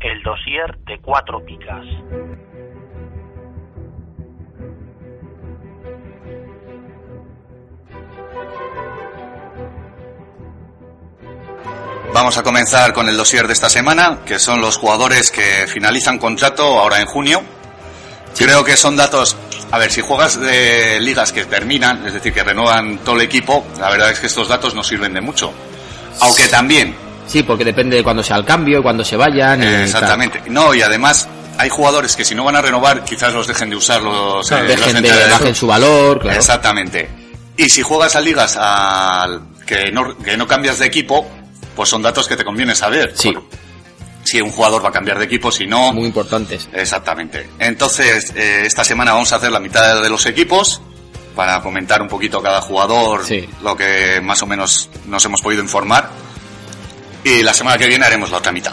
El dossier de cuatro picas. Vamos a comenzar con el dossier de esta semana, que son los jugadores que finalizan contrato ahora en junio. Creo que son datos. A ver, si juegas de ligas que terminan, es decir, que renuevan todo el equipo, la verdad es que estos datos no sirven de mucho. Aunque también, Sí, porque depende de cuándo sea el cambio, cuándo se vayan. y Eh, tal. Exactamente. No, y además hay jugadores que si no van a renovar, quizás los dejen de usar los, eh, los Dejen de, entrenadores. bajen su valor, claro. Exactamente. Y si juegas a ligas al- que, no, que no cambias de equipo, pues son datos que te conviene saber. Sí. Por- Si un jugador va a cambiar de equipo, si no. Muy importantes. Exactamente. Entonces, eh, esta semana vamos a hacer la mitad de los equipos para comentar un poquito cada jugador Sí. lo que más o menos nos hemos podido informar. Y la semana que viene haremos la otra mitad.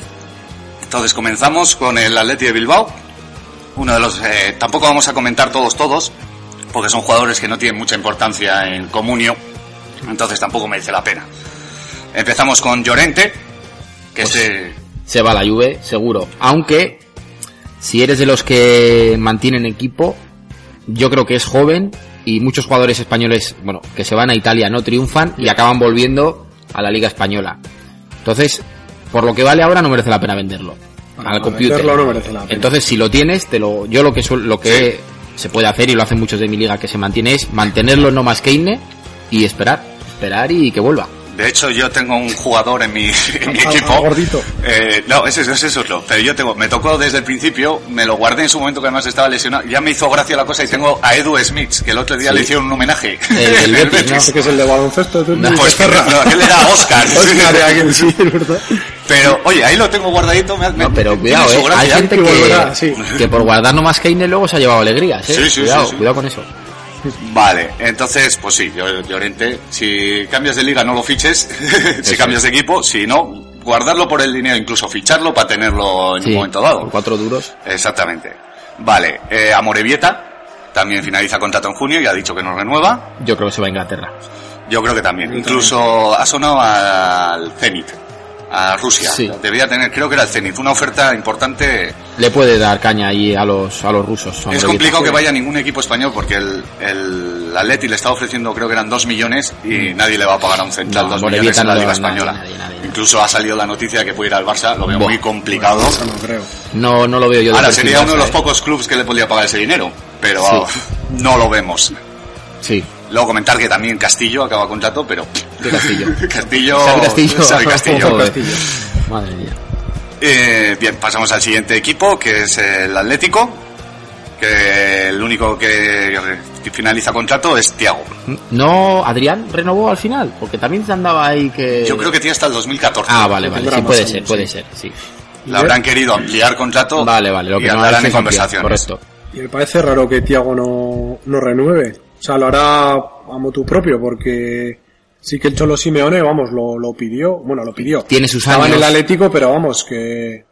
Entonces comenzamos con el Atleti de Bilbao. Uno de los eh, tampoco vamos a comentar todos todos porque son jugadores que no tienen mucha importancia en comunio. Entonces tampoco merece la pena. Empezamos con Llorente, que Pues- se Se va la Juve, seguro. Aunque, si eres de los que mantienen equipo, yo creo que es joven y muchos jugadores españoles, bueno, que se van a Italia no triunfan y acaban volviendo a la Liga Española. Entonces, por lo que vale ahora no merece la pena venderlo. al Para computer. venderlo no merece la pena. Entonces, si lo tienes, te lo, yo lo que suel- lo que se puede hacer y lo hacen muchos de mi liga que se mantiene es mantenerlo no más que Inne y esperar, esperar y que vuelva. De hecho, yo tengo un jugador en mi, en mi Ah, equipo. gordito. Eh, no, ese, ese es otro. Pero yo tengo, me tocó desde el principio, me lo guardé en su momento que además estaba lesionado. Ya me hizo gracia la cosa y tengo a Edu Smith, que el otro día Sí. le hicieron un homenaje. El del En el Betis, Betis. Ese que es el de baloncesto. tú, No, tú, Pues que Becerra. no, aquel era Oscar. Oscar, de aquel, sí, es verdad. Pero, oye, ahí lo tengo guardadito. Me, me- No, pero tiene cuidado, su eh. Hay gracia. gente que que, volverá, sí. que por guardar no más que Inne luego se ha llevado alegrías, eh. Sí, sí, cuidado, sí, sí. cuidado con eso. Vale, entonces, pues sí, yo- Llorente, si cambias de liga no lo fiches, si Eso cambias de equipo, si no, guardarlo por el dinero, incluso ficharlo para tenerlo en Sí, un momento dado. por Cuatro duros. Exactamente. Vale, eh, Amorebieta también finaliza contrato en junio y ha dicho que no renueva. Yo creo que se va a Inglaterra. Yo creo que también. Incluso ha sonado al Zenit, a Rusia. Sí. Debía tener, creo que era el Zenit, una oferta importante. Le puede dar caña ahí a los, a los rusos. hombre, es complicado que vaya ningún equipo español porque el, el Atleti le está ofreciendo, creo que eran dos millones y nadie le va a pagar a un central Mm. No, dos millones Amorebieta en la no, Liga nadie, Española. nadie, nadie, nadie. Incluso ha salido la noticia que puede ir al Barça, lo veo Buah. muy complicado. Eso no creo. No, no lo veo yo. de Ahora perfil sería uno de Barça, los eh. pocos clubes que le podría pagar ese dinero, pero Sí. ah, no lo vemos. eh. Sí, Luego comentar que también Castillo acaba contrato, pero de Castillo. Castillo, Xavi Castillo. eh. Xavi Oh, Castillo. Joder. Madre mía. Eh, bien, pasamos al siguiente equipo, que es el Atlético, que el único que re- que finaliza contrato es Tiago. No, Adrián renovó al final, porque también se andaba ahí que. Yo creo que tiene hasta el 2014. Ah, vale, vale, sí, Tendrá puede más ser, años, puede sí. ser, sí. Le habrán querido ampliar contrato Vale, vale, lo que y no andarán hace en es ampliar, conversaciones. Correcto. Y me parece raro que Tiago no, no renueve. O sea, lo hará a motu propio, porque sí que el Cholo Simeone, vamos, lo, lo pidió. Bueno, lo pidió. Tiene sus Estaba en años. el Atlético, pero vamos, que.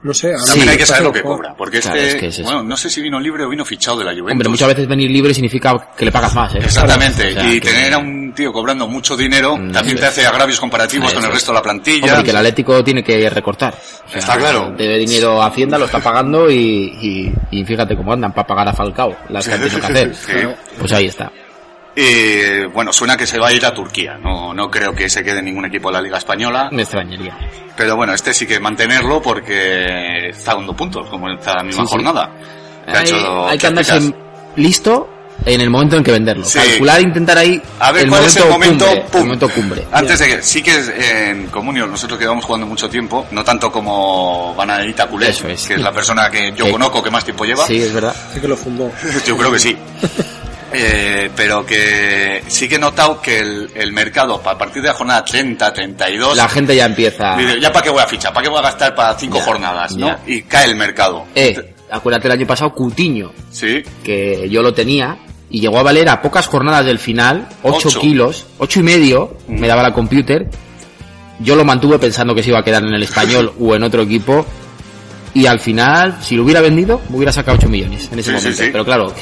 No sé, a mí También me hay que parece saber lo que juega. cobra, porque Claro, este, es que es eso. bueno, no sé si vino libre o vino fichado de la Juventus. Hombre, muchas veces venir libre significa que le pagas más, ¿eh? Exactamente, O sea, y que- tener a un tío cobrando mucho dinero Mm, también te eso es. hace agravios comparativos Eso con el es. resto de la plantilla. Hombre, que el Atlético tiene que recortar. O sea, Está claro. Debe dinero a Hacienda, lo está pagando y, y, y fíjate cómo andan para pagar a Falcao las que han tenido que hacer. Sí. Pues ahí está. Eh, bueno, suena que se va a ir a Turquía. No, no creo que se quede ningún equipo de la Liga Española. Me extrañaría. Pero bueno, este sí que mantenerlo porque está dando puntos, como en esta misma Sí, sí. jornada. Que ha Hay, hecho hay que andarse prácticas. listo en el momento en que venderlo. Sí. Calcular, intentar ahí A ver cuál es el momento, cumbre, pum. el momento cumbre. Antes de que, sí que es, eh, en Comunio nosotros llevamos jugando mucho tiempo, no tanto como Banadita Culé, Eso es. que es la persona que yo Que- conozco que más tiempo lleva. Sí, es verdad. Sí que lo fundó. Yo creo que sí. eh, pero que sí que he notado que el, el mercado, pa- a partir de la jornada 30, 32, La gente ya empieza. dice, ya para qué voy a fichar, para qué voy a gastar para cinco Ah. Ya, jornadas, ¿no? ya. Y cae el mercado. Eh, acuérdate el año pasado, Cutiño, Sí, que yo lo tenía, y llegó a valer a pocas jornadas del final, 8 Ocho. kilos, ocho y medio, Mm. me daba la computer. Yo lo mantuve pensando que se iba a quedar en el español o en otro equipo. Y al final, si lo hubiera vendido, me hubiera sacado 8 millones en ese Sí, sí, momento. sí. Pero claro,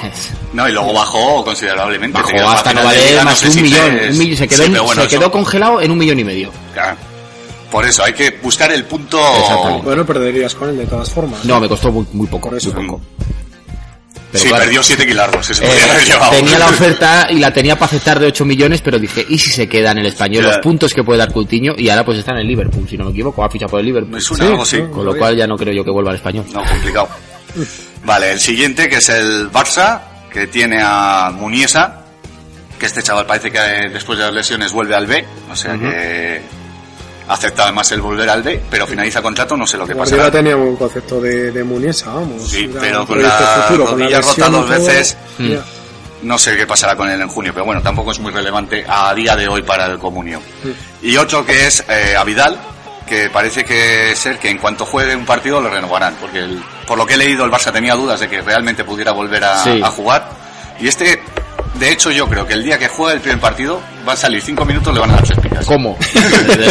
no, y luego bajó considerablemente. bajó Te quedó hasta a no final de valer liga, no más sé de un si millón. tres- un millón. Se quedó, Sí, en- pero bueno, se eso- quedó congelado en un millón y medio. Claro. Por eso, hay que buscar el punto... Exactamente. Bueno, perderías con él de todas formas. No, me costó muy, muy poco. Por eso. muy poco. Pero sí, claro, perdió 7 kilardos, que se eh, podía haber llevado. tenía la oferta y la tenía para aceptar de 8 millones, pero dije, ¿y si se queda en el español? Ya. Los puntos que puede dar Coutinho y ahora pues está en el Liverpool, si no me equivoco, ha fichado por el Liverpool. Me suena algo así. ¿no? Con lo cual ya no creo yo que vuelva al español. No, complicado. Vale, el siguiente que es el Barça, que tiene a Muniesa, que este chaval parece que eh, después de las lesiones vuelve al B, o sea que acepta además el volver al B, pero finaliza contrato, no sé lo que Guardiola pasará. tenía un concepto de, de Muniesa, vamos. Sí, Era pero un con proyecto la con rodilla lesión rota dos y todo. veces. Mm. Ya. No sé qué pasará con él en junio, pero bueno, tampoco es muy relevante a día de hoy para el comunio. Y otro que es eh, a Vidal, que parece que ser que en cuanto juegue un partido lo renovarán, porque el- por lo que he leído el Barça tenía dudas de que realmente pudiera volver a, Sí. a jugar. Y este, de hecho yo creo que el día que juegue el primer partido va a salir cinco minutos le van a dar tres picas. ¿Cómo? Desde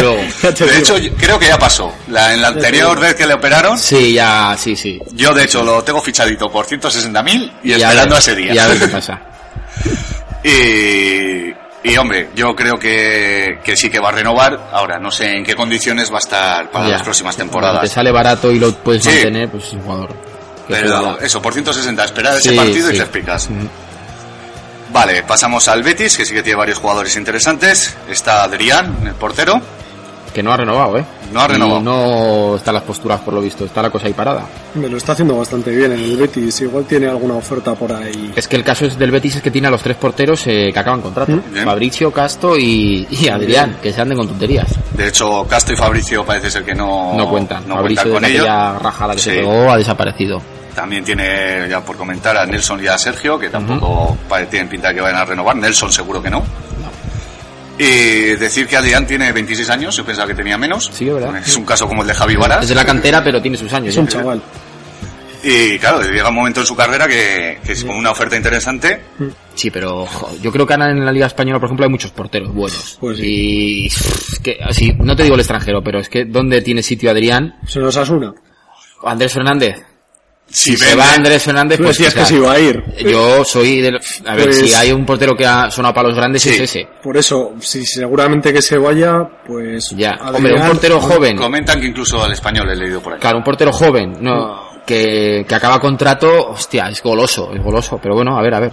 luego. De hecho yo- creo que ya pasó. La, en la anterior vez que le operaron, Sí, ya, sí, sí. yo de hecho lo tengo fichadito por 160.000 y Ya esperando ver- a ese día. Ya a ver qué pasa. Y, y, hombre, yo creo que, que sí que va a renovar. Ahora, no sé en qué condiciones va a estar para Ya. las próximas Cuando te temporadas. sale barato y lo puedes Sí. mantener, pues es un jugador. que Pero jugará. eso, por 160, esperar Sí, ese partido sí. Mm. y te explicas. Vale, pasamos al Betis, que sí que tiene varios jugadores interesantes. Está Adrián, el portero. Que no ha renovado, ¿eh? No ha renovado. Y no están las posturas, por lo visto. Está la cosa ahí parada. Me lo está haciendo bastante bien en el Betis. Igual tiene alguna oferta por ahí. Es que el caso es del Betis es que tiene a los tres porteros eh, que acaban contrato. Mm. Bien. Fabricio, Casto y, y Adrián, que se anden con tonterías. De hecho, Castro y Fabricio parece ser que no, No cuentan. no Fabricio, cuentan con desde ellos. aquella rajada que se Sí. pegó, ha desaparecido. También tiene, ya por comentar, a Nelson y a Sergio, que tampoco pare- tienen pinta de que vayan a renovar. Nelson seguro que no. Y decir que Adrián tiene 26 años, yo pensaba que tenía menos. Sí, es verdad. Es un caso como el de Javi Varas. Es de la cantera, pero tiene sus años. Es ya. un chaval. Y claro, llega un momento en su carrera que, que es con una oferta interesante. Sí, pero jo, yo creo que ahora en la Liga Española, por ejemplo, hay muchos porteros buenos. Pues Y es que, así, no te digo el extranjero, pero es que ¿dónde tiene sitio Adrián? Se nos asuna. Andrés Fernández. Si se vende- va Andrés Fernández, Tú pues decías o sea, que se iba a ir. Yo soy del... A ver, Pues- si hay un portero que ha sonado para los grandes Sí. es ese. Por eso, si seguramente que se vaya, pues. Ya. Adrián- Hombre, un portero joven. Comentan que incluso al español he leído por ahí. Claro, un portero joven, no, que, que acaba contrato, hostia, es goloso, es goloso, pero bueno, a ver, a ver.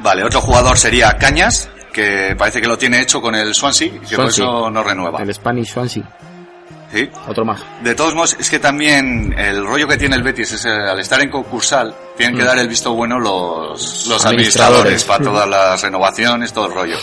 Vale, otro jugador sería Cañas, que parece que lo tiene hecho con el Swansea, y que por Swansea. eso no renueva. El Spanish Swansea, Sí. otro más. De todos modos, es que también el rollo que tiene el Betis es eh, al estar en concursal, tienen que dar el visto bueno los, los Mm. Administradores. Mm. administradores para todas las renovaciones, todo el rollo.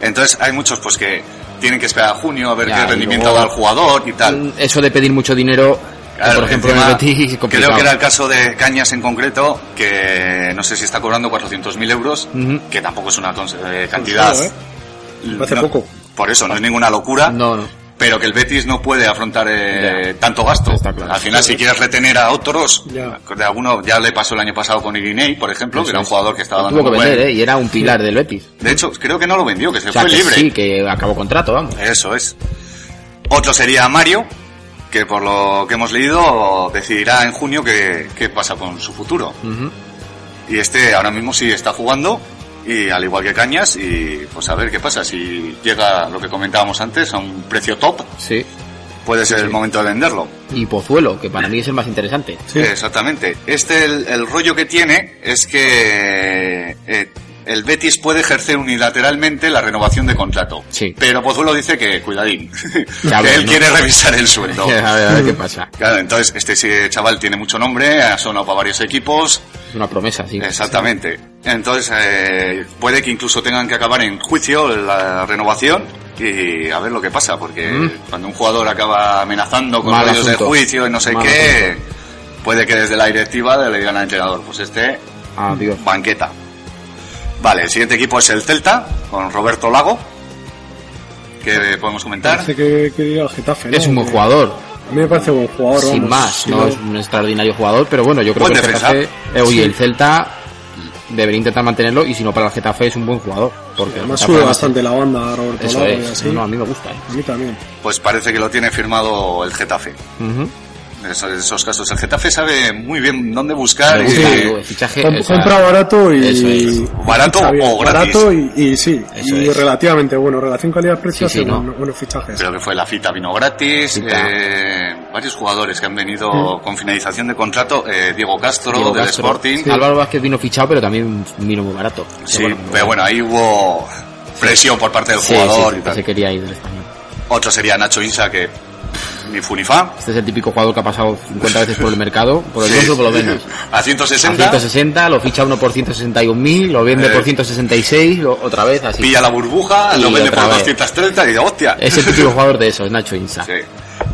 Entonces hay muchos pues que tienen que esperar a junio a ver Ya, qué y rendimiento luego- da el jugador y tal. Mm, Eso de pedir mucho dinero, que Claro, por ejemplo en el encima, Betis, es complicado. creo que era el caso de Cañas en concreto, que no sé si está cobrando 400.000 euros, Ujú. Pues que tampoco es una cons- eh, cantidad. claro, ¿eh? parece no- poco. Por eso, no es ninguna locura No, no. pero que el Betis no puede afrontar eh, tanto gasto. Está claro. Al final, si quieres retener a otros, Ya. de alguno ya le pasó el año pasado con Irinei, por ejemplo, que era un es. jugador que estaba Lo dando tuvo que muy buen- vender, ¿eh? Y era un pilar del Betis. De hecho, creo que no lo vendió, que se O sea, fue que libre. sí, que acabó contrato, vamos. Eso es. Otro sería Mario, que por lo que hemos leído decidirá en junio qué, qué pasa con su futuro. Ujú. Y este ahora mismo sí está jugando, y al igual que Cañas, y pues a ver qué pasa. Si llega lo que comentábamos antes a un precio top, Sí. puede ser el momento de venderlo. Y Pozuelo, que para mí es el más interesante. Sí. Exactamente. Este, el, el rollo que tiene es que eh, el Betis puede ejercer unilateralmente la renovación de contrato. Sí. Pero Pozuelo dice que, cuidadín, Ya que ves, él ¿no? quiere revisar el sueldo. a ver, a ver qué pasa. Claro, entonces este sí, chaval tiene mucho nombre, ha sonado para varios equipos, Es una promesa, sí. exactamente. Entonces eh, puede que incluso tengan que acabar en juicio la renovación y a ver lo que pasa, porque cuando un jugador acaba amenazando con Mm. Mal rollos de asunto. juicio y no sé Mal qué, puede que desde la directiva le digan al entrenador, pues este Adiós. banqueta. Vale, el siguiente equipo es el Celta, con Roberto Lago. Que podemos comentar. Parece que, que ir al Getafe, ¿no? Es un buen eh, Que- jugador, A mí me parece buen jugador, sin vamos. más. Sí, No es un extraordinario jugador, pero bueno, yo creo Buen que el defensa. Getafe, eh, oye, Sí. el Celta debería intentar mantenerlo y si no para el Getafe es un buen jugador. Porque Además el Getafe, sube bastante la banda Roberto Eso Lago y es. así. No, no, a mí me gusta. eh. A mí también. Pues parece que lo tiene firmado el Getafe. Ujú. Eso- esos casos. El Getafe sabe muy bien dónde buscar. Me gusta, eh, digo, el fichaje, Com- o sea, compra barato y... eso es. Barato Está bien, o gratis. Barato y, y sí, Eso y es. relativamente bueno. Relación calidad-precio Sí, sí, hace no. buen- buenos fichajes. Creo que fue la fita vino gratis. Fita. eh, varios jugadores que han venido con finalización de contrato. eh, Diego Castro Mm. Diego del Castro. Sporting. Sí. Álvaro Vázquez vino fichado, pero también vino muy barato. Sí, pero bueno, ahí hubo presión por parte del sí, jugador sí, y que tal. se quería ir del español. Otro sería Nacho Insa, que pff, ni Funifa. Este es el típico jugador que ha pasado 50 veces por el mercado, por Pues el Sí. otro por lo menos. A A 160, 160, lo ficha uno por 161.000, lo vende Eh. por 166, lo- otra vez así. pilla la burbuja, Y lo vende otra por vez. 230 y digo, hostia. Es el típico jugador de esos, Nacho Insa. Sí.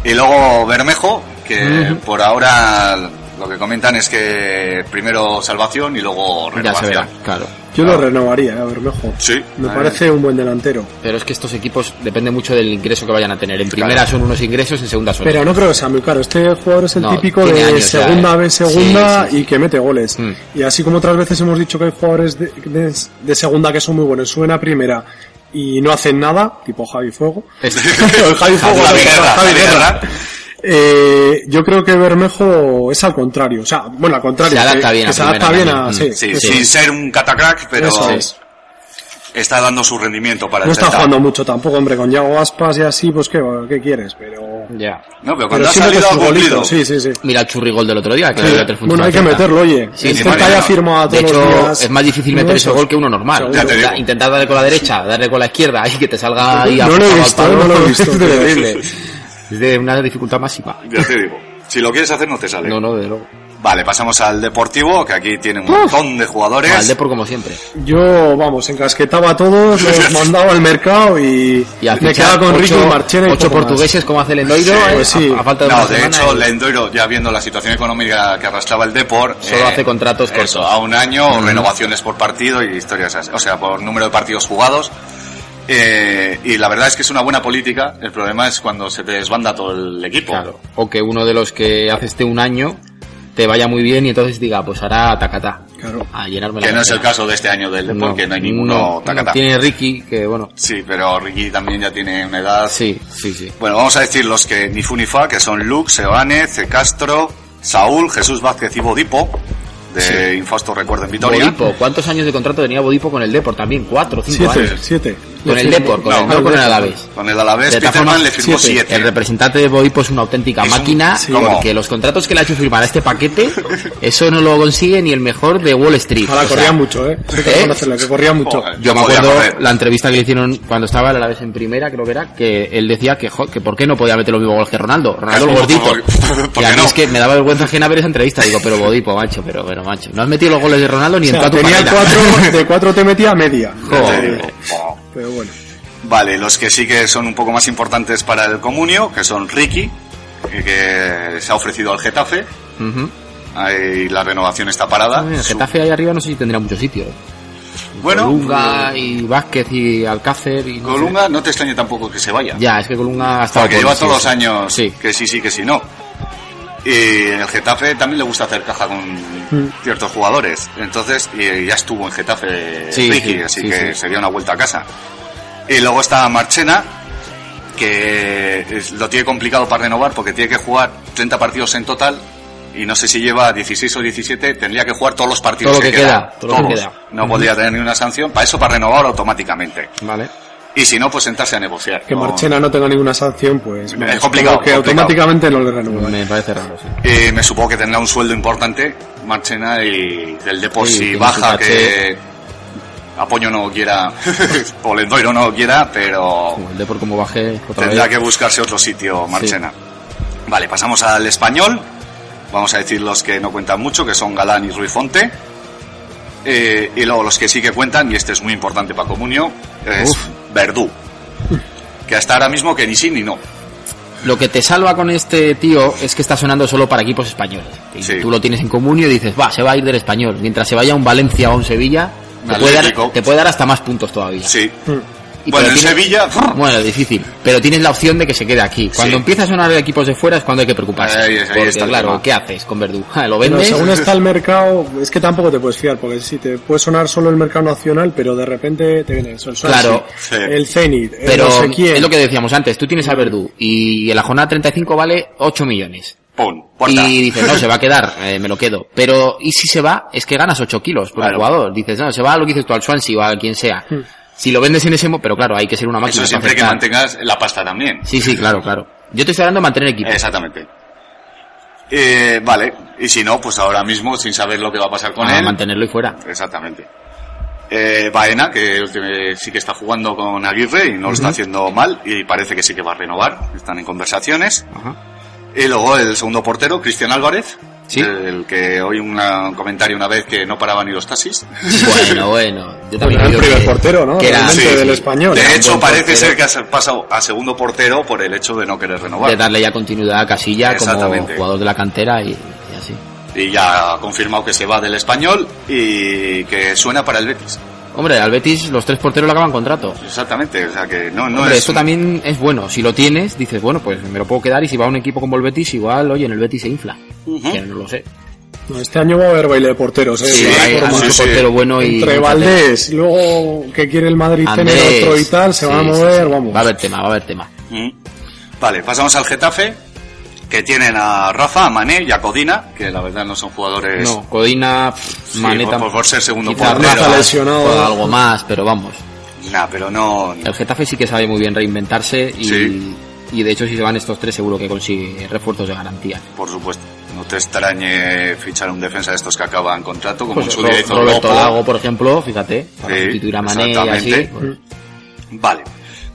Y luego Bermejo, que Ujú. por ahora lo que comentan es que primero salvación y luego ya se verá, renovación. claro. Yo lo renovaría, a ver, mejor. Sí. Pues Me Ah. parece un buen delantero. Pero es que estos equipos depende mucho del ingreso que vayan a tener. En primera Claro. son unos ingresos, en segunda son Pero otros. no creo que sea muy caro. Este jugador es el No, típico tiene de años ya, segunda ¿eh? B, segunda Sí, sí, sí. y que mete goles. Mm. Y así como otras veces hemos dicho que hay jugadores de, de- de segunda que son muy buenos, suben a primera y no hacen nada, tipo Javi Fuego. Es- El Javi Fuego, Javi la Guerra, Javi Javi Guerra. Guerra. Eh, yo creo que Bermejo es al contrario, o sea, bueno, al contrario, Se adapta que, bien que a se adapta primera bien a, también. sí, Sí, Mm, eso sin es. ser un catacrack, pero Eso es. está dando su rendimiento para no el está Celta. jugando mucho tampoco, hombre, con Yago Aspas y así, pues qué, qué quieres, pero, ya. No, pero pero cuando ha salido siempre te ha sus golitos, cumplido. sí, sí, sí. Mira el churrigol del otro día, que le dio tres puntos bueno, hay al que Celta. meterlo, oye. Sí, el sí, Celta Mariano. ya firma De todos los hecho, días. es más difícil meter ese Nuestros. gol que uno normal. Seguro. Ya te digo. Intenta- Intentar darle con la derecha, darle con la izquierda y que te salga ahí a No lo he a- visto, a- no lo he es visto, tío. terrible. Es de una dificultad máxima. Ya te digo. Si lo quieres hacer, no te sale. No, no, de luego. Vale, pasamos al Deportivo, que aquí tiene un montón de jugadores. Al Depor como siempre. Yo, vamos, encasquetaba a todos, los mandaba al mercado y, Y al me fichar quedaba con Ricky ocho- Marchena y Ocho poco más. portugueses como hace el Endoiro. Sí, eh, pues sí. a, a falta de No, una de semana hecho, y- Lendoiro, ya viendo la situación económica que arrastraba el Depor, eh, Solo hace contratos eso, cortos. a un año, renovaciones por partido y historias así, o sea, por número de partidos jugados. Eh, y la verdad es que es una buena política, el problema es cuando se te desbanda todo el equipo. Claro. O que uno de los que hace este un año te vaya muy bien y entonces diga, pues ahora tacatá. Claro. A llenarme la Que no es el cartera. caso de este año del Depor, No, que no hay ninguno no, tacatá. no, Tiene Ricky, que bueno. Sí, pero Ricky también ya tiene una edad. Sí, sí, sí. Bueno, vamos a decir los que ni fu ni fa, que son Luke, Sebanez, C. Castro, Saúl, Jesús Vázquez y Bodipo, de Infausto Recuerdo en Vitoria. Bodipo, ¿cuántos años de contrato tenía Bodipo con el Depor también? ¿Cuatro, cinco Siete, años? siete. Con el Depor, con No, el, no con el Alavés. Con el Alavés, De todas Peterman formas, le firmó siete. 7. El representante de Boipo es una auténtica Es un- máquina sí. porque los contratos que le ha hecho firmar a este paquete, eso no lo consigue ni el mejor de Wall Street. Ahora O sea, corría mucho, eh. Hay que ¿Eh? reconocerle que corría mucho. Joder. Yo me Podía acuerdo correr. la entrevista que le hicieron cuando estaba el Alavés en primera, creo que era, que él decía que, jo, que por qué no podía meter los mismos goles que Ronaldo, Ronaldo el Claro, gordito. porque- porque Y a mí no. es que me daba vergüenza ajena ver esa entrevista, digo, pero Bodipo, macho, pero, pero macho, no has metido los goles de Ronaldo ni O en toda sea, tu tenía carrera. cuatro, de cuatro te metía media. Te Joder. digo, oh. Pero bueno. Vale, los que sí que son un poco más importantes para el comunio, que son Ricky, que- que se ha ofrecido al Getafe, Ujú. ahí la renovación está parada. En Ah, el Ah, Su- Getafe ahí arriba no sé si tendría mucho sitio. Bueno, Colunga y Vázquez y Alcácer y... no sé. Colunga no te extraña tampoco que se vaya. Ya, es que Colunga ha estado Porque con- lleva sí, todos los sí. años Sí. que sí, sí, que sí, no. Y en el Getafe también le gusta hacer caja con ciertos jugadores. Entonces, y ya estuvo en Getafe Sí, Ricky, sí, así sí, que sí. sería una vuelta a casa. Y luego está Marchena, que es- lo tiene complicado para renovar porque tiene que jugar 30 partidos en total. Y no sé si lleva 16 o 17, tendría que jugar todos los partidos Todo lo que, que queda, todo lo que Todos. queda. No podría tener ni una sanción. Para eso, para renovar automáticamente. Vale. Y si no, pues sentarse a negociar. Que No- Marchena no tenga ninguna sanción, pues. Es vamos, complicado, creo Que complicado. automáticamente no le renuevan. Me parece raro, sí. Eh, me supongo que tendrá un sueldo importante, Marchena, y del Depor Sí, si tiene baja, su caché. que Apoño no quiera, o Lendoiro no quiera, pero Como el Depor como baje otra tendrá vez. que buscarse otro sitio, Marchena. Vale, pasamos al español. Vamos a decir los que no cuentan mucho, que son Galán y Ruiz Fonte. Eh, y luego los que sí que cuentan, y este es muy importante para Comunio, es Uf. Verdú. Que hasta ahora mismo que ni sí ni no. Lo que te salva con este tío es que está sonando solo para equipos españoles. Y Sí. Tú lo tienes en comunio y dices, va, se va a ir del español. Mientras se vaya a un Valencia o a un Sevilla, Te puede, Atlético. dar, te puede dar hasta más puntos todavía. Sí. Y Bueno, en pero tiene- Sevilla, Bueno, difícil. Pero tienes la opción de que se quede aquí. Cuando Sí. empiezas a sonar de equipos de fuera es cuando hay que preocuparse. Ahí es- ahí Porque, está el claro, tema. ¿qué haces con Verdú? Ja, ¿Lo Pero vendes? según está el mercado, es que tampoco te puedes fiar, porque si te puede sonar solo el mercado nacional, pero de repente te viene el Solskjaer, Claro. Sí. el Zenit, el Pero no sé quién. es lo que decíamos antes. Tú tienes a Verdú y en la jornada 35 vale 8 millones. pum, puerta. Y dices, no, se va a quedar, eh, me lo quedo. Pero, y si se va, es que ganas 8 kilos por Claro. el jugador. Dices, no, se va a lo que dices tú al Swansea o a quien sea. Hmm. Si lo vendes en ese mo, pero claro, hay que ser una Eso máquina. para siempre que acertar. mantengas la pasta también. Sí, sí, claro, claro. Yo te estoy hablando de mantener equipo. Exactamente. Eh, vale, y si no, pues ahora mismo, sin saber lo que va a pasar con Ah, él. mantenerlo y fuera. Exactamente. Eh, Baena, que eh, sí que está jugando con Aguirre y no lo está haciendo mal y parece que sí que va a renovar, están en conversaciones. Ajá. Y luego el segundo portero, Cristian Álvarez, Sí. el que hoy una- un comentario una vez que no paraba ni los taxis. Bueno, bueno. Yo también Bueno, era el digo primer que- portero, ¿no? que era- Realmente Sí, del sí. español. Ah, De Era un hecho, buen parece portero. ser que ha pasado a segundo portero por el hecho de no querer de renovar. darle ya continuidad a Casilla como Exactamente. jugador de la cantera y, y así. Y ya ha confirmado que se va del español y que suena para el Betis. Hombre, al Betis los tres porteros le acaban contrato. Exactamente, o sea que no, no Hombre, es... esto un- también es bueno. Si lo tienes, dices, bueno, pues me lo puedo quedar y si va a un equipo como el Betis, igual, oye, en el Betis se infla. Ujú. Que no lo sé. No, Este año va a haber baile de porteros, ¿eh? Sí, hay, De alguna hay forma. sí, mucho sí. portero bueno y... Entre mucho Valdés, luego que quiere el Madrid portero. tener Andrés. otro y tal, se Sí, van a sí, mover, sí. vamos. Va a haber tema, va a haber tema. Mm. Vale, pasamos al Getafe, que tienen a Rafa, a Mané y a Codina, que la verdad no son jugadores... No, Codina, pff, Sí, Maneta... por, por ser segundo quizá Rafa portero. Rafa lesionado. juega algo más, pero vamos. Nah, pero no... El Getafe sí que sabe muy bien reinventarse y... Sí. Y de hecho, si se van estos tres, seguro que consigue refuerzos de garantía. Por supuesto, no te extrañe fichar un defensa de estos que acaban contrato, como Pues en su Ro- día hizo Roberto Lopo. Lago, por ejemplo, fíjate, para Sí, sustituir a Mané y así. exactamente. Mm. pues, Vale,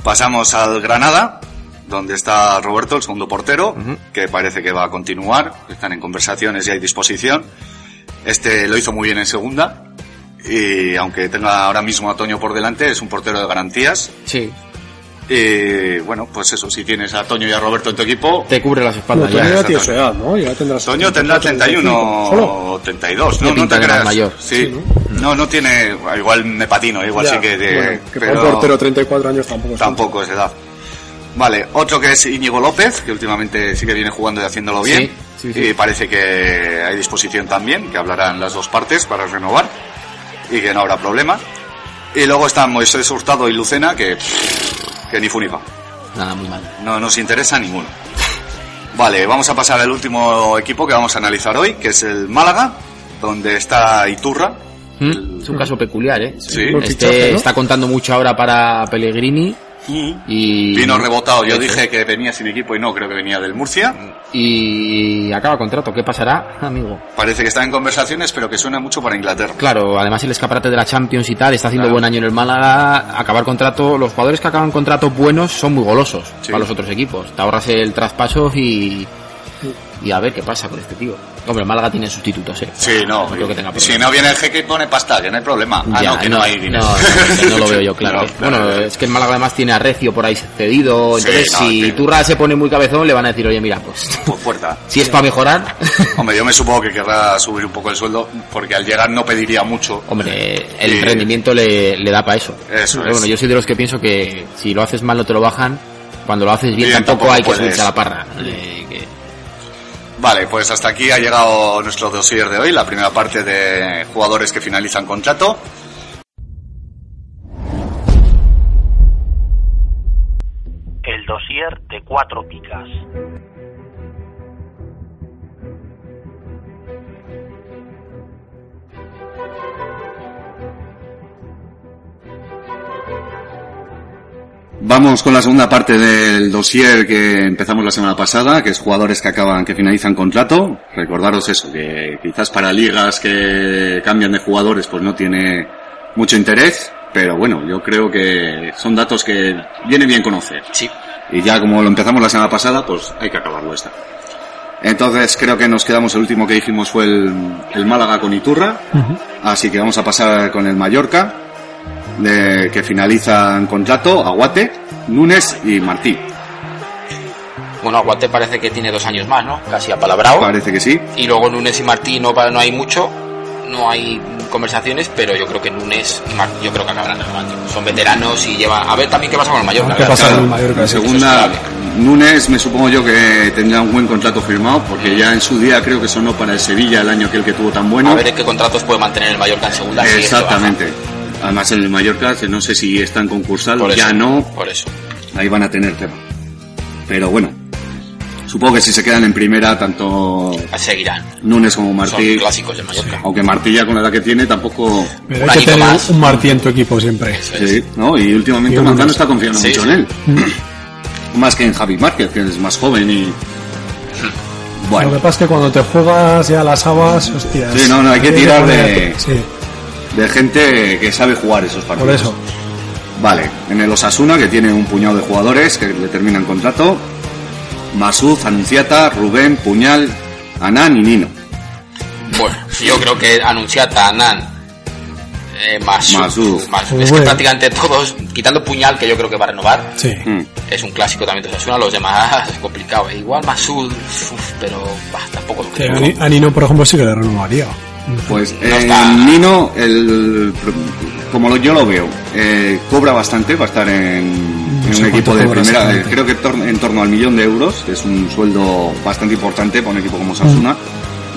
pasamos al Granada, donde está Roberto, el segundo portero, que parece que va a continuar, están en conversaciones y hay disposición. Este lo hizo muy bien en segunda, y aunque tenga ahora mismo a Toño por delante, es un portero de garantías. sí, Y bueno, pues eso, si tienes a Toño y a Roberto en tu equipo, te cubre las espaldas Bueno, ya. Toño ya tiene exactamente. su edad, ¿no? Ya tendrá su- Toño tendrá 31 Solo. o 32, ¿no? Tiene No pinta te de más creas. mayor. Sí. No, no tiene, igual me patino, igual Ya, sí que de, bueno, que para pero un portero 34 años tampoco es tanto. tampoco es edad. Vale, otro que es Íñigo López, que últimamente sí que viene jugando y haciéndolo bien. Sí, sí, sí. Y parece que hay disposición también, que hablarán las dos partes para renovar y que no habrá problema. Y luego están Moisés Hurtado y Lucena, que, pff, que ni fu ni fa. Nada, muy mal. No nos interesa ninguno. Vale, vamos a pasar al último equipo que vamos a analizar hoy, que es el Málaga, donde está Iturra. ¿Mm? El- Es un caso peculiar, ¿eh? Sí. Buen Este fichaje, ¿no? está contando mucho ahora para Pellegrini y... Vino rebotado, yo dije que venía sin equipo y no, creo que venía del Murcia. Y acaba contrato. ¿Qué pasará, amigo? Parece que está en conversaciones, pero que suena mucho para Inglaterra. Claro, además el escaparate de la Champions y tal, está haciendo Claro. buen año en el Málaga, acabar contrato, los jugadores que acaban contrato buenos son muy golosos Sí. para los otros equipos, te ahorras el traspaso y, y a ver qué pasa con este tío. Hombre, el Málaga tiene sustitutos, eh. Sí, no. creo que tenga si problema. no viene el jeque y pone pasta, que no hay problema. Ah, Ya, no, que no, hay dinero. No, no, que no lo veo yo, claro. No, claro. Bueno, eh. es que el Málaga además tiene a Recio por ahí cedido, Sí, entonces no, si sí. Turra se pone muy cabezón le van a decir, oye, mira, pues Por puerta. si es para mejorar, Hombre, yo me supongo que querrá subir un poco el sueldo, porque al llegar no pediría mucho. Hombre, el Sí. rendimiento le, le da para eso. Eso Pero es. bueno, yo soy de los que pienso que si lo haces mal no te lo bajan, cuando lo haces bien, Bien, tampoco, tampoco hay que puedes. subirse a la parra. Eh, que- Vale, pues hasta aquí ha llegado nuestro dossier de hoy, la primera parte de jugadores que finalizan contrato. El dossier de cuatro picas. Vamos con la segunda parte del dossier que empezamos la semana pasada, que es jugadores que acaban, que finalizan contrato. Recordaros eso, que quizás para ligas que cambian de jugadores pues no tiene mucho interés, pero bueno, yo creo que son datos que viene bien conocer. Sí. Y ya como lo empezamos la semana pasada, pues hay que acabarlo esta. Entonces creo que nos quedamos, el último que dijimos fue el, el Málaga con Iturra, así que vamos a pasar con el Mallorca, de- que finalizan contrato, Aguate, Núñez y Martí. Bueno, Aguante parece que tiene dos años más, ¿no? Casi apalabrado. Parece que sí. Y luego Lunes y Martí no, pa- no hay mucho, no hay conversaciones, pero yo creo que lunes y martes, yo creo que acabarán en el banquillo. Son veteranos y lleva. A ver también qué pasa con el mayor. Ah, ¿Qué pasa con el Claro, Mallorca? la Sí, segunda, Nunes, me supongo yo que tendrá un buen contrato firmado, porque ya en su día creo que sonó para el Sevilla el año aquel que tuvo tan bueno. A ver qué contratos puede mantener el Mallorca en segunda. si es que Exactamente. Además en el Mallorca, que no sé si están baja. Por concursados, eso, ya no, Por eso. ahí van a tener tema. Pero bueno, supongo que si se quedan en primera, tanto Seguirán. Nunes como Son Martí, clásicos del Mallorca. aunque Martí ya con la edad que tiene tampoco... Pero Un hay que añito tener más. un Martí en tu equipo siempre. Sí, ¿no? Y últimamente Y uno Manzano no. está confiando Sí, mucho sí. en él. Mm. Más que en Javi Márquez, que es más joven y... Lo que Bueno, pasa es que cuando te juegas ya las habas, hostias. Sí, no, no, hay que tirar de- Sí, de gente que sabe jugar esos partidos. por eso. Vale, en el Osasuna, que tiene un puñado de jugadores que le terminan contrato. Masuz, Anunciata, Rubén, Puñal, Anán y Nino. Bueno, yo creo que Anunciata, Nan, eh, Masú, Masú. Masú. Es que Bueno. prácticamente todos, quitando Puñal, que yo creo que va a renovar, Sí. Mm. es un clásico también de Osasuna, los demás es complicado. eh. Igual Masú, uf, pero bah, tampoco lo Que creo. a Ni- a Nino, por ejemplo, sí que le renovaría. Pues No eh, está- Nino, el, como lo- yo lo veo, eh, cobra bastante para estar en, en No sé un equipo cuánto de primera. cobra eh, exactamente. creo que tor- en torno al millón de euros, que es un sueldo bastante importante para un equipo como Osasuna.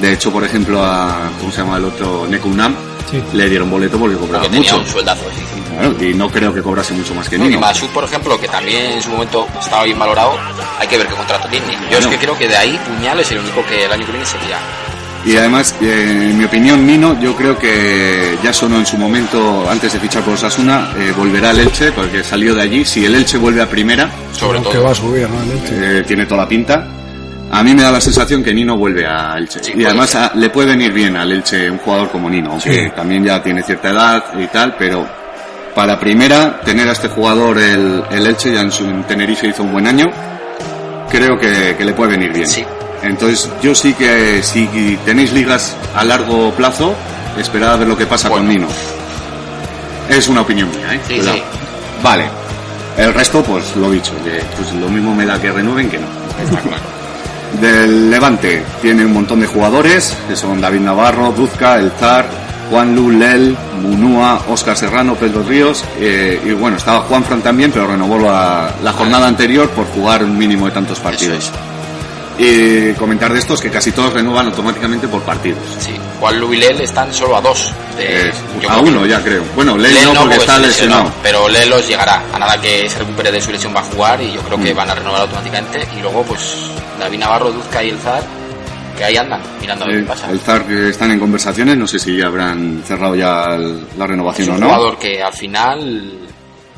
De hecho, por ejemplo, a, ¿cómo se llama el otro? Nekunam, Sí. le dieron boleto porque cobraba Porque tenía mucho. un sueldazo. sí, sí. Claro, y no creo que cobrase mucho más que Y Nino. Masú, por ejemplo, que también en su momento estaba bien valorado, hay que ver qué contrato tiene. Yo es No. que creo que de ahí Puñal es el único que el año que viene seguirá. Y además, eh, en mi opinión, Nino, yo creo que ya sonó en su momento, antes de fichar por Osasuna, eh, volverá al Elche, porque salió de allí. Si el Elche vuelve a primera, Sobre Aunque todo. va a subir, ¿no? El Elche. eh, tiene toda la pinta. A mí me da la sensación que Nino vuelve a Elche. Sí, y puede además ser. a- le puede venir bien al Elche un jugador como Nino, aunque Sí. también ya tiene cierta edad y tal, pero para primera, tener a este jugador el, el Elche ya en, su, en Tenerife hizo un buen año, creo que, que le puede venir bien. Sí. Entonces yo sí que si tenéis ligas a largo plazo, esperad a ver lo que pasa con Nino. Es una opinión mía, ¿eh? Sí, Cuidado. sí. Vale. El resto, pues lo dicho, que, pues lo mismo me da que renueven que no. Está claro. Del Levante tiene un montón de jugadores, que son David Navarro, Duzca, El Zar, Juan Lu, Lel, Munúa, Óscar Serrano, Pedro Ríos, eh, y bueno, estaba Juan Fran también, pero renovó la, la jornada anterior por jugar un mínimo de tantos partidos. Eso Y comentar de estos que casi todos renuevan automáticamente por partidos. es. Sí. Juan Lu y Lel están solo a dos. de- Eh, yo a creo que- uno ya creo. Bueno, Lel, Lel no porque porque está está lesionado. lesionado, Pero Lelos llegará. A nada que se recupere de su lesión va a jugar y yo creo Mm. que van a renovar automáticamente. Y luego, pues, David Navarro, Duzca y el Zar, que ahí andan, mirando a ver Eh, qué pasa. el Zar eh, están en conversaciones, no sé si ya habrán cerrado ya el- la Es renovación un o no. jugador que al final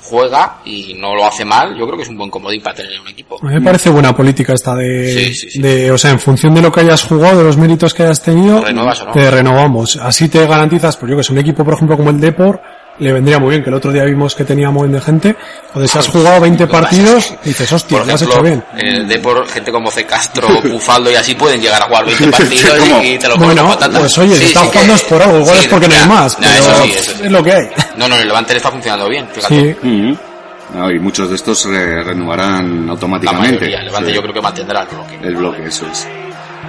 juega y no lo hace mal. Yo creo que es un buen comodín para tener en un equipo. A mí me parece buena política esta de, Sí, sí, sí. de, o sea, en función de lo que hayas jugado, de los méritos que hayas tenido, Renuevas o no. te renovamos. Así te garantizas, pues yo que sé, un equipo, por ejemplo, como el Depor, le vendría muy bien, que el otro día vimos que tenía muy bien de gente, o de si has jugado 20 Lo que pasa es partidos, que, dices, hostia, por lo has ejemplo, hecho bien. En el Depor, gente como C. Castro, Bufaldo y así pueden llegar a jugar 20 Sí, partidos ¿cómo? y te lo comen Bueno, con patatas. pues oye, si Sí, estás sí que- jugando es por algo, igual sí, es porque no ya, hay más, ya, pero eso sí, eso sí. es lo que hay. No, no, el Levante le está funcionando bien. Fíjate. Sí, Ujú. No, Mm-hmm. Ah, y muchos de estos re- renovarán La automáticamente. mayoría, el Levante Sí, Eh. yo creo que mantendrá el bloque. El bloque, eso es.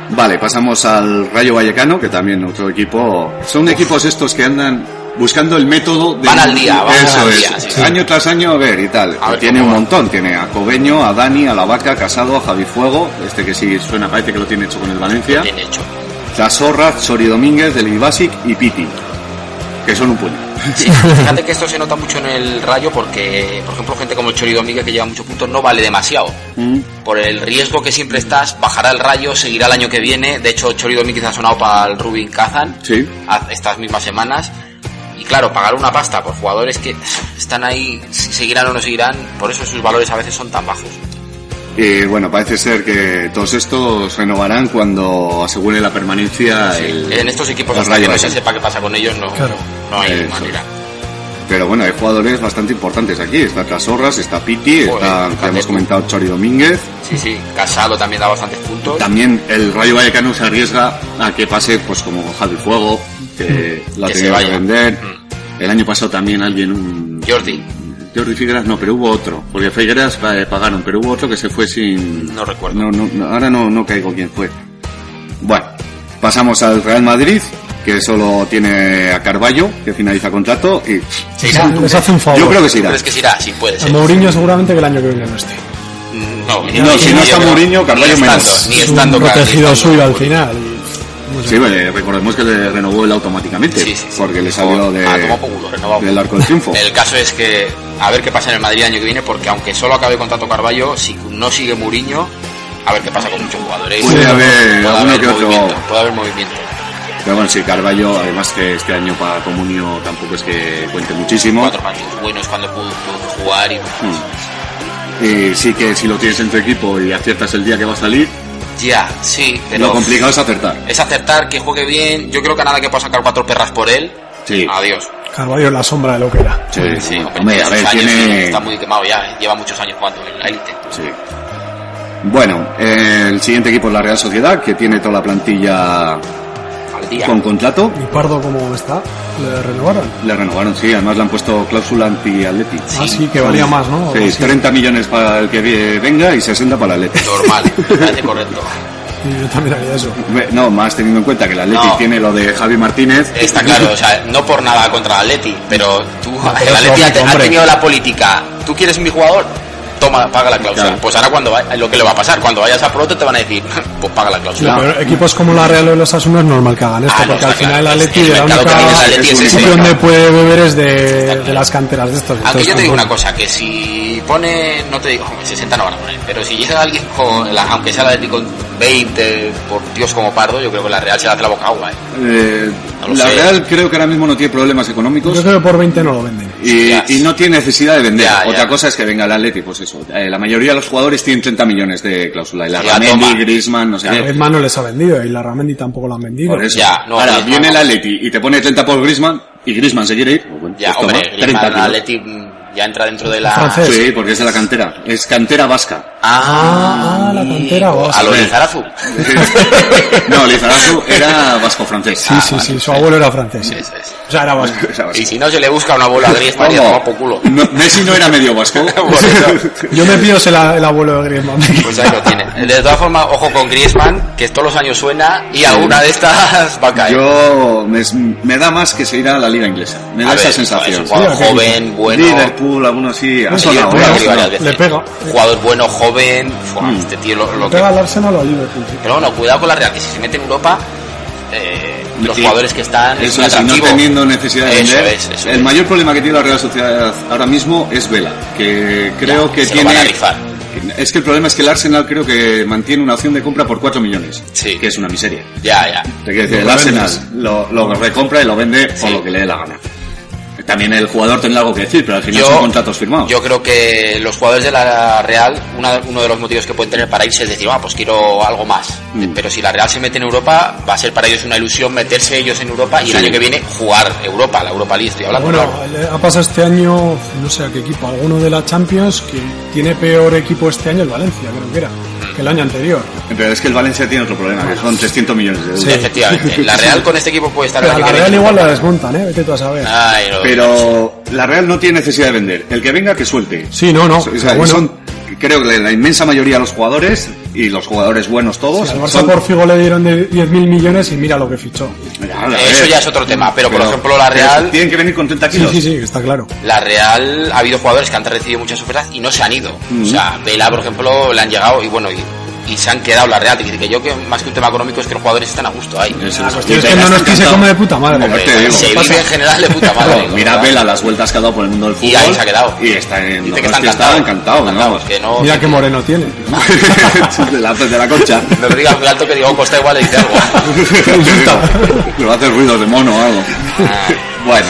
Vale, pasamos al Rayo Vallecano, que también otro equipo. Son equipos estos que andan buscando el método. De... Van al día, van Eso al es. día, sí, sí. Año tras año, a ver y tal. A ver tiene un cómo va. montón. Tiene a Cobeño, a Dani, a La Vaca, Casado, a Javi Fuego. Este que sí suena, parece que lo tiene hecho con el Valencia. Bien hecho. Zorra, Sori Domínguez, Del Ibasic y Piti, que son un puño. Sí, fíjate que esto se nota mucho en el rayo porque, por ejemplo, gente como el Chori Domínguez que lleva muchos puntos no vale demasiado. Por el riesgo que siempre estás, bajará el rayo, seguirá el año que viene. De hecho, Chori Domínguez ha sonado para el Rubin Kazan Sí. a- estas mismas semanas. Y claro, pagar una pasta por jugadores que están ahí, si seguirán o no seguirán, por eso sus valores a veces son tan bajos. Y bueno, parece ser que todos estos renovarán cuando asegure la permanencia. el- Ah, en estos equipos el hasta que no se Vallecano. sepa qué pasa con ellos, no, Claro. no hay Eso. manera. Pero bueno, hay jugadores bastante importantes aquí. Está Trasorras, está Piti, Joder, está, que fíjate. hemos comentado Chori Domínguez. Sí, sí, Casado también da bastantes puntos. También el Rayo Vallecano se arriesga a que pase, pues como Javi Fuego, que la Mm. Que se tenía que vaya. vender. Mm. El año pasado también alguien, un, Jordi, Jordi Figueras no, pero hubo otro. Porque Figueras eh, pagaron, pero hubo otro que se fue sin... No recuerdo. No, no, no, ahora no, no caigo quién fue. Bueno, pasamos al Real Madrid, que solo tiene a Carballo, que finaliza contrato, y Se irá. Les hace un favor. yo creo que sí ¿Tú irá. crees que se irá? Sí, puede A ser. Mm, Mourinho seguramente que el año que viene no esté. No, No, si no yo está creo- Mourinho, Carvalho ni estando, menos. Ni Es estando un Car- ni protegido estando suyo al Mourinho. final. y- Sí, vale, recordemos que le renovó él automáticamente, Sí, sí, sí. porque le salió de, Ah, tomó por culo, renovado. del arco del triunfo. El caso es que a ver qué pasa en el Madrid el año que viene, porque aunque solo acabe contrato Carballo, si no sigue Mourinho, a ver qué pasa con muchos jugadores. Puede haber Puede alguno haber que otro- movimiento, Puede haber movimiento. Pero bueno, sí, Carballo, además que este año para Comunio tampoco es que cuente muchísimo. Cuatro partidos buenos cuando pudo, pudo jugar y Mm. Y sí que si lo tienes en tu equipo y aciertas el día que va a salir, ya, sí, pero lo complicado es acertar. es acertar que juegue bien. Yo creo que a nada que pueda sacar cuatro perras por él. Sí. Adiós. Carvalho es la sombra de lo que era. Sí, Sí, hombre, hombre, a muchos ver, años, tiene... está muy quemado ya, eh, lleva muchos años jugando en la élite. Sí. Bueno, eh, el siguiente equipo es la Real Sociedad, que tiene toda la plantilla E. Al día. con contrato. Y Pardo como está, le renovaron. Le renovaron, sí, además le han puesto cláusula anti-Atleti. Así Ah, que valía más, ¿no? Sí, Así. 30 millones para el que vi- venga y 60 para el Atleti. Normal, me parece correcto. Y yo también haría eso. Ve- No, más teniendo en cuenta que el Atleti No. tiene lo de Javi Martínez. Está Eh, claro, o sea, no por nada contra el Atleti, pero tú, pero el es Atleti ha, lógico, ha hombre. tenido la política. ¿Tú quieres mi jugador? Toma, paga la cláusula. Claro. Pues ahora cuando va- lo que le va a pasar, cuando vayas a Proto te van a decir, pues paga la cláusula. Sí, pero equipos como la Real o los Asuna es normal que hagan esto, Ah, no, porque está al final claro. el Atleti El de la mercado que única tiene el Atleti es el ese, sitio está donde claro. puede beber es de, claro. de las canteras de estos. Aunque Entonces, yo te digo tampoco- una cosa, que si pone, no te digo, hombre, 60 no van a poner, pero si llega alguien con, la- aunque sea la Atleti con 20, por Dios como pardo, yo creo que la Real se la hace la boca agua, eh. Eh, No lo la sé. Real creo que ahora mismo no tiene problemas Yo económicos creo que por 20 no lo venden. y, Ya. y no tiene necesidad de vender. Ya, ya. Otra cosa es que venga el Atleti, pues eso. eh, la mayoría de los jugadores tienen 30 millones de cláusula. Y la Ya, toma. Griezmann, no sé A qué. Griezmann Pues no les ha vendido y la Ramendi tampoco lo han vendido. Eh, Por eso. Ya, no, ahora Griezmann, viene el no. Atleti y te pone 30 por Griezmann y Griezmann se quiere ir. pues bueno, Ya, pues toma, hombre, 30 el kilos. Atleti mm, ya entra dentro de la... Francés. Sí, porque es de la cantera. Es cantera vasca. Ah, la cantera vasca. A lo de Zarazu. No, Lizarazu era vasco-francés. Ah, Sí, sí, sí, su abuelo era francés. sí. Eso es. O sea, era vasco. Era vasco. Y si no se le busca una bola a Griezmann y a tomar por culo. No, Messi no era medio vasco. Por eso. Yo me pido ser la- el abuelo de Griezmann. Pues ahí lo tiene. De todas formas, ojo con Griezmann, que todos los años suena y alguna de estas va a caer. Yo me, me da más que se irá a la liga inglesa. Me da A esa ver, Es sensación. un jugador Sí, ok. joven, bueno. Liverpool, alguno así. Ha Sí, sonado, ¿eh? Liverpool, ha le sonado. varias Le pega. Jugador bueno, joven. Fua, Mm. Este tío lo, lo que. Pega al Arsenal o al Liverpool. sí. Pero bueno, cuidado con la Real, que si se mete en Europa, eh, los Sí. jugadores que están. es Eso un es, y no atractivo. teniendo necesidad de Eso vender. es, eso el es. mayor problema que tiene la Real Sociedad ahora mismo es Vela, que creo Ya, que se lo tiene. van a rifar. Es que el problema es que el Arsenal creo que mantiene una opción de compra por 4 millones, Sí. que es una miseria. Ya, ya. Te quiero decir, Lo el vendes. Arsenal lo, lo recompra y lo vende por lo que le dé la gana. También el jugador tendrá algo que decir, pero al final son contratos firmados. Yo creo que los jugadores de la Real, una- uno de los motivos que pueden tener para irse es decir, ah, pues quiero algo más. Mm. Pero si la Real se mete en Europa, va a ser para ellos una ilusión meterse ellos en Europa y el Sí. año que viene jugar Europa, la Europa League, estoy hablando. Bueno, claro. le ha pasado este año, no sé a qué equipo, alguno de la Champions que tiene peor equipo este año el Valencia, creo que era, que el año anterior. Pero es que el Valencia tiene otro problema, que son 300 millones de euros. Sí. Efectivamente, la Real con este equipo puede estar el Pero a año la que Real viene. igual la desmontan, ¿eh? Vete tú a saber. Ah. Ay, no. Pero la Real no tiene necesidad de vender. El que venga, que suelte. Sí, no, no. O sea, pero bueno, son, creo que la inmensa mayoría de los jugadores, y los jugadores buenos todos, si pues al Barça son- por Figo le dieron de 10.000 millones y mira lo que fichó. Mira, a ver. Eso ya es otro tema, pero, por ejemplo la pero Real, Tienen que venir con 30 Sí, kilos. sí, sí, está claro. la Real ha habido jugadores que han recibido muchas ofertas y no se han ido. O sea, Mm. Vela, por ejemplo, le han llegado y bueno, y, y se han quedado la Real. Dice que yo que más que un tema económico es que los jugadores están a gusto ahí. Eh, Eso La es. cuestión Y es te que no has nos quise encantado. comer de puta madre. Hombre, te digo. se vive en general de puta madre. Mira, ¿no? Vela las vueltas que ha dado por el mundo del fútbol. Y ahí se ha quedado. Y está en Dice que no, está es que está encantado. encantado, ¿no? Que no, Mira qué moreno tiene. de, la, de la concha. no te digas muy alto que Diego Costa igual le dice algo. Pero hace ruidos de mono o algo. Ah. Bueno,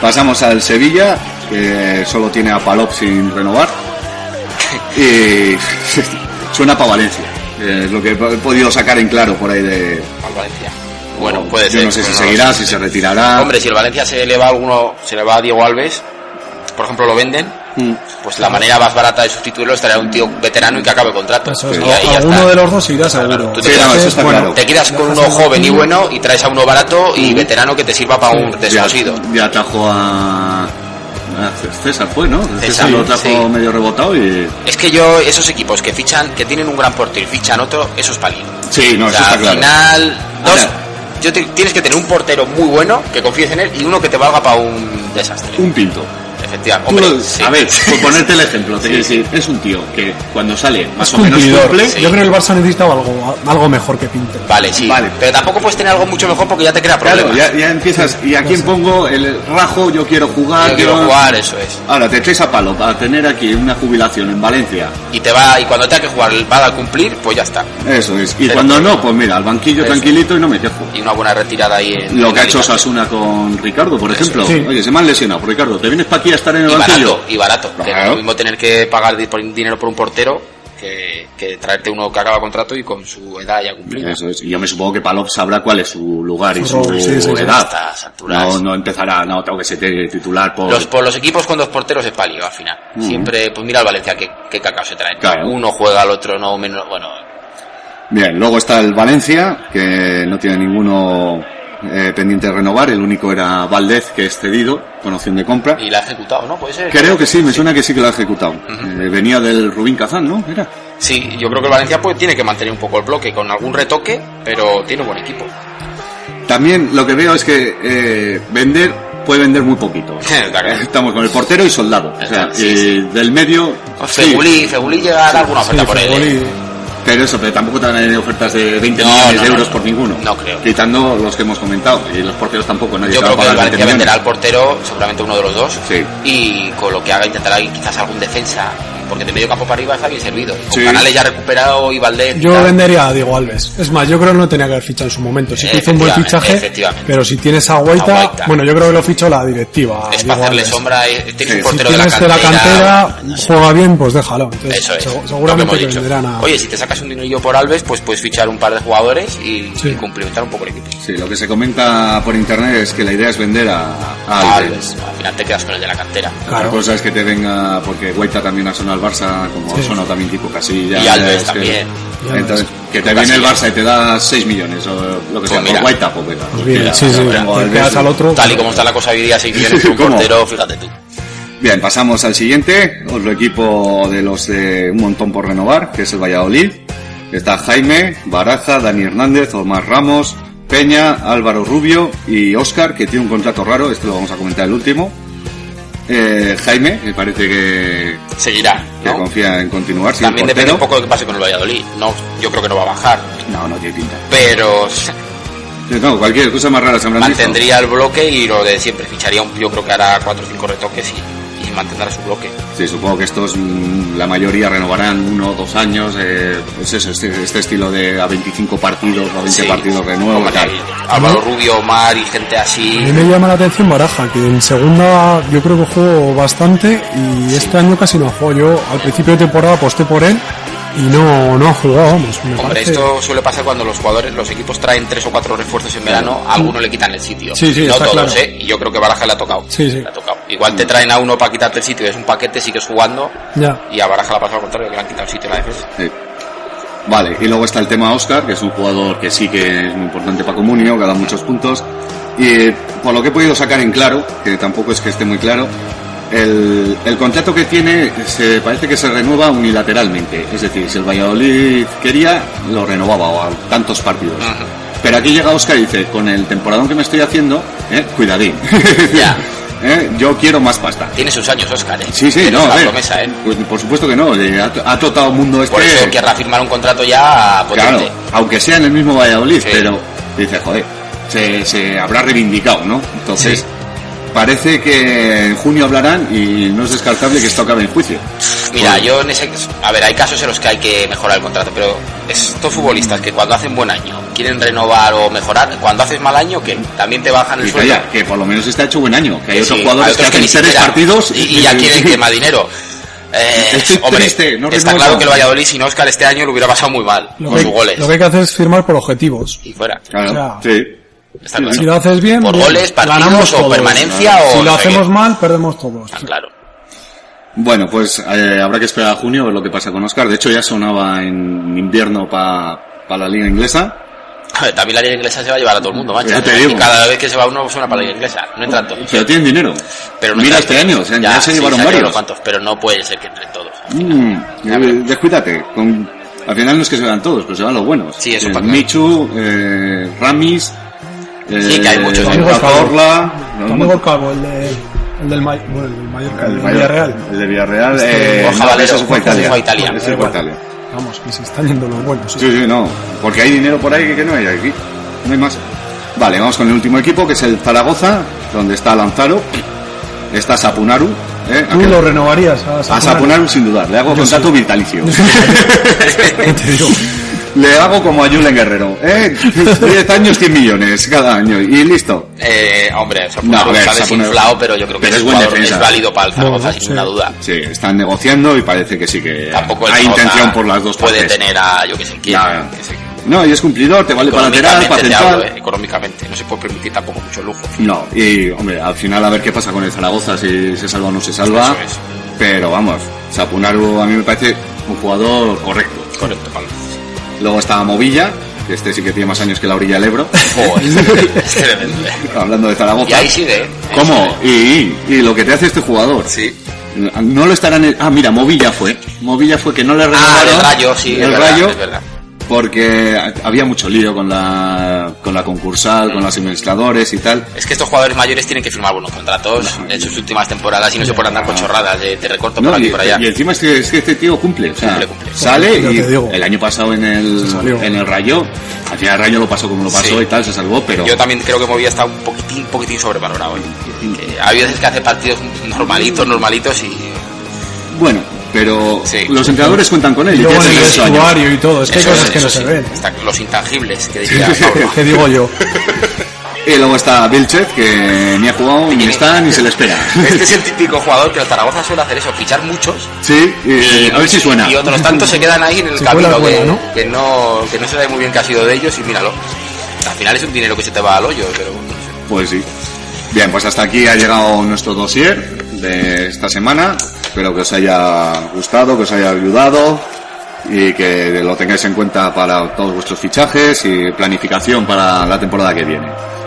pasamos al Sevilla, que solo tiene a Palop sin renovar. Y suena para Valencia. eh, Es lo que he podido sacar en claro por ahí de... Al Valencia. Bueno, puede Yo ser. no sé si pero seguirá, lo sé. si se retirará. Hombre, si el Valencia se le va a alguno, se le va a Diego Alves, por ejemplo, lo venden, Mm. pues la manera más barata de sustituirlo estaría un tío veterano y que acabe contrato. Eso es, Y ahí ya alguno está. de los dos irá seguro. Tú Sí, no, eso está Bueno, claro. Te quedas con uno Dejas el joven y banquillo. bueno y traes a uno barato y veterano que te sirva para un Ya, desconocido. ya atajó a... a César fue, ¿no? César, César, lo atajó sí. medio rebotado y... Es que yo, esos equipos que fichan, que tienen un gran portero y fichan otro, eso es palín. Sí, no, O eso sea, está al claro. final, dos, Ahora, yo te- tienes que tener un portero muy bueno, que confíes en él, y uno que te valga para un desastre. Un pinto. Efectivamente. Tú Hombre, lo- sí. A ver, por ponerte el ejemplo, te quiero decir, es un tío que cuando sale más Es o menos cumplidor. cumple. Yo creo que el Barça necesitaba algo, algo mejor que Pinto. Vale, sí. Vale. Pero tampoco puedes tener algo mucho mejor porque ya te crea problemas. Claro, ya, ya empiezas. ¿Y a quién pongo el rajo? Yo quiero jugar. Yo quiero jugar, eso es. Ahora, te echáis a palo para tener aquí una jubilación en Valencia. Y te va, y cuando tenga que jugar, va a dar cumplir, pues ya está. Eso es. Y Pero- cuando no, pues mira, al banquillo Eso. tranquilito y no me quejo. Y una buena retirada ahí en. Lo en que ha hecho Alicante. Osasuna con Ricardo, por ejemplo. Sí. Oye, se me han lesionado. Pues, Ricardo, ¿te vienes para aquí a estar en el Y banquillo? barato, y barato. Que no es Claro. lo mismo tener que pagar di- por- dinero por un portero que, que traerte uno que acaba contrato y con su edad ya cumplida. Eso es. Y yo me supongo que Palop sabrá cuál es su lugar y su rol, sí, sí, sí. edad. Estas alturas. No, no empezará, no, tengo que ser de- titular por... Los, por los equipos con dos porteros es palio al final. Ujú. Siempre, pues mira al Valencia que qué cacao se trae. Claro. Uno juega al otro, no menos. Bueno, Bien, luego está el Valencia, que no tiene ninguno eh, pendiente de renovar. El único era Valdez, que es cedido, con opción de compra. y la ha ejecutado, ¿no? Puede ser. Creo que sí, me suena que sí que lo ha ejecutado. Eh, venía del Rubín Kazán, ¿no? Era. Sí, yo creo que el Valencia pues tiene que mantener un poco el bloque con algún retoque, pero tiene un buen equipo. También lo que veo es que eh, vender puede vender muy poquito. Está claro. Estamos con el portero y soldado. O sea, Sí, eh, sí. del medio. Ah, sí, Feguli, Feguli llega a dar alguna oferta por él. ¿eh? pero eso, pero tampoco te van a venir ofertas de 20 No, millones no, de no, euros no. por ninguno. No creo. Quitando los que hemos comentado. Y los porteros tampoco, nadie Yo te va creo a que el pagar 20 Valencia venderá al millones. portero, seguramente uno de los dos. Sí. Y con lo que haga intentará quizás algún defensa, porque de medio campo para arriba está bien servido. Con Sí. Canales ya recuperado y Valdés. y Yo tal. vendería a Diego Alves. Es más, yo creo que no tenía que haber fichado en su momento. Sí que hizo un buen Efectivamente, fichaje, efectivamente. pero si tienes a Guaita, A Guaita. bueno, yo creo que lo fichó la directiva. a Es Diego para hacerle Alves. sombra. eh, Tienes Sí. un Si portero tienes de la cantera, juega bien, pues déjalo. Entonces, Eso es. seg- lo que seguramente hemos que dicho. venderán a... Oye, si te sacas un dinerillo por Alves, pues puedes fichar un par de jugadores y, Sí. y cumplimentar un poco el equipo. Sí, lo que se comenta por internet es que la idea es vender a, a Alves. Alves. Al final te quedas con el de la cantera. Claro. La cosa es que te venga, porque Guaita también ha sonado al Barça, como Sí. ha sonado también tipo Casillas. Y Alves es que- también. Y Entonces, Alves. que te viene el Barça y te da 6 millones o lo que Pues sea, mira. por Guaita, pues venga. Pues bien, Mira, sí, sí, tengo a te Alves. quedas al otro. Tal y como está la cosa hoy día, si quieres un ¿Cómo? portero, fíjate tú. Bien, pasamos al siguiente, otro equipo de los de un montón por renovar, que es el Valladolid. Está Jaime, Baraja, Dani Hernández, Omar Ramos, Peña, Álvaro Rubio y Oscar, que tiene un contrato raro, esto lo vamos a comentar el último. Eh, Jaime, me parece que, Seguirá. que ¿no? confía en continuar. sigue También depende portero. un poco de lo que pase con el Valladolid. No, yo creo que no va a bajar, No, no tiene pinta. pero No, cualquier cosa más rara se habrán visto. mantendría el bloque y lo de siempre. Ficharía un, yo creo que hará cuatro o cinco retoques y, y mantendrá su bloque. Sí, supongo que estos, mm, la mayoría renovarán uno o dos años, eh, pues eso, este, este estilo de a 25 partidos, a 20 Sí. partidos de nuevo. Como tal. que Álvaro Rubio, Omar y gente así. A mí me llama la atención Baraja, que en segunda yo creo que jugó bastante y este año casi no jugó. Yo al principio de temporada aposté por él y no, no ha jugado, vamos, me Hombre, parece- esto suele pasar cuando los jugadores, los equipos traen tres o cuatro refuerzos en verano, a alguno le quitan el sitio. Sí, sí, no está todos, claro. ¿eh? Y yo creo que Baraja le ha tocado. Sí, sí. Le ha tocado. Igual te traen a uno para quitarte el sitio, es un paquete, sigues jugando, Ya. y a Baraja le ha pasado al contrario, que le han quitado el sitio en la defensa. Sí. Vale, y luego está el tema Oscar, que es un jugador que sí que es muy importante para Comunio, que da muchos puntos. Y eh, por lo que he podido sacar en claro, que tampoco es que esté muy claro, el, el contrato que tiene se parece que se renueva unilateralmente. Es decir, si el Valladolid quería, lo renovaba o a tantos partidos. Pero aquí llega Oscar y dice, con el temporadón que me estoy haciendo, eh, cuidadín. Ya. Eh, Yo quiero más pasta. Tiene sus años, Oscar, ¿eh? Sí, sí, Tiene no, una a ver. promesa, ¿eh? Pues, por supuesto que no, eh, ha, ha totado mundo este. Por eso querrá firmar un contrato ya potente. Claro, aunque sea en el mismo Valladolid, Sí. pero dice, joder, se, se habrá reivindicado, ¿no? Entonces, parece que en junio hablarán y no es descartable que esto acabe en juicio. Mira, yo en ese... A ver, hay casos en los que hay que mejorar el contrato, pero estos futbolistas que cuando hacen buen año quieren renovar o mejorar, cuando haces mal año, que también te bajan el Y sueldo. calla, que por lo menos este ha hecho buen año, que hay Sí, otros sí, jugadores que otros hacen ni tres siquiera. partidos y, y ya quieren quemar dinero. Eh, Estoy hombre, triste, no está renuevo. claro que el Valladolid sin Oscar este año lo hubiera pasado muy mal Lo con que- sus goles lo que hay que hacer es firmar por objetivos. y fuera. Claro, O sea, sí. Está claro. Si lo haces bien, por bien. goles, partidos Ganamos o todos. permanencia o Si no lo sé hacemos qué. mal, perdemos todos. Está claro. Bueno, pues eh, habrá que esperar a junio a ver lo que pasa con Oscar. De hecho, ya sonaba en invierno para la liga inglesa. A ver, también la liga inglesa se va a llevar a todo el mundo, macho. Ya te Y digo. cada vez que se va uno suena para la liga inglesa. No entran todos. Pero tienen dinero. Pero no Mira entran este todos. año, o sea, ya, se sí, llevaron han llevado varios. unos cuantos, pero no puede ser que entren todos. Mm, eh, descuídate. Con, al final no es que se van todos, pero se van los buenos. Sí, eso Eh, para claro. Michu, eh, Ramis, Sí, que hay muchos. eh, Tampoco Paco Calvo. Orla, Domingo Calvo, el, de, el del May, bueno, el del Mallorca, el, el de mayor- Villarreal. El de Villarreal. Este, eh, Borja no, Valero, ese fue a Jorge Italia. fue a Italia. Ese fue a Italia. Vamos, que se están yendo los buenos. sí. Sí, sí, no. Porque hay dinero por ahí que no hay aquí. No hay más. Vale, vamos con el último equipo, que es el Zaragoza, donde está Lanzaro. Está Sapunaru. ¿eh? Tú Aquel- lo renovarías a A Sapunaru? Sapunaru sin dudar. Le hago contrato vitalicio. Le hago como a Julen Guerrero. ¿eh? 10 años, 100 millones cada año. Y listo. Eh, hombre, se ha No, a ver, se ha se ha puesto- desinflado, pero yo creo que Pero ese es buen jugador defensa. es válido para el Zaragoza, Bueno, sin sí. ninguna duda. Sí, están negociando y parece que sí que Tampoco el hay Zaragoza intención por las dos Puede partes. tener a yo que sé quién. Claro. que sé quién. No, y es cumplidor, te vale para lateral, para Económicamente, te hablo, central. eh, económicamente, no se puede permitir tampoco mucho lujo. No, y hombre, al final a ver qué pasa con el Zaragoza, si se salva o no se salva. Eso es. Pero vamos, Sapunaru a mí me parece un jugador correcto. Correcto, Pablo. Luego está Movilla, que este sí que tiene más años que la orilla del Ebro. Joder, es tremendo. eh. Hablando de Zaragoza. Y ahí sigue, ¿eh? ¿Cómo? Y, y- y lo que te hace este jugador. Sí. No lo estarán. en- Ah, mira, Movilla fue. Movilla fue que no le Ah, renovaron. el rayo, sí, El es verdad, Rayo, es verdad. Porque había mucho lío con la, con la concursal, Mm. con los administradores y tal. Es que estos jugadores mayores tienen que firmar buenos contratos en sus últimas temporadas y no se pueden andar con chorradas de te recorto No, por aquí y, por allá. y encima es que, es que este tío cumple, o sea, Cumple, cumple. sale Ya y te digo. el año pasado en el, salió. en el Rayo, al final el Rayo lo pasó como lo pasó Sí. y tal, se salvó, pero Yo también creo que Movida está un poquitín, un poquitín sobrevalorado. ¿eh? Que hay veces que hace partidos normalitos, normalitos y bueno, pero Sí. los entrenadores cuentan con él. Y y luego en tiene el 18 años. vestuario y todo, es que hay Eso cosas es, que no eso se sí. ven. Está- los intangibles que diría Pablo. ¿Qué digo yo? Y luego está Vilchez, que ni ha jugado, ni está, ni se le espera. Este es el típico jugador que el Zaragoza suele hacer eso, fichar muchos sí, eh, a ver si Ah. suena. y otros tantos se quedan ahí en el Si camino cuela, que, cuela, ¿no? que no que no se sabe muy bien qué ha sido de ellos y míralo. Al final es un dinero que se te va al hoyo, pero no sé. Pues sí. Bien, pues hasta aquí ha llegado nuestro dossier de esta semana. Espero que os haya gustado, que os haya ayudado y que lo tengáis en cuenta para todos vuestros fichajes y planificación para la temporada que viene.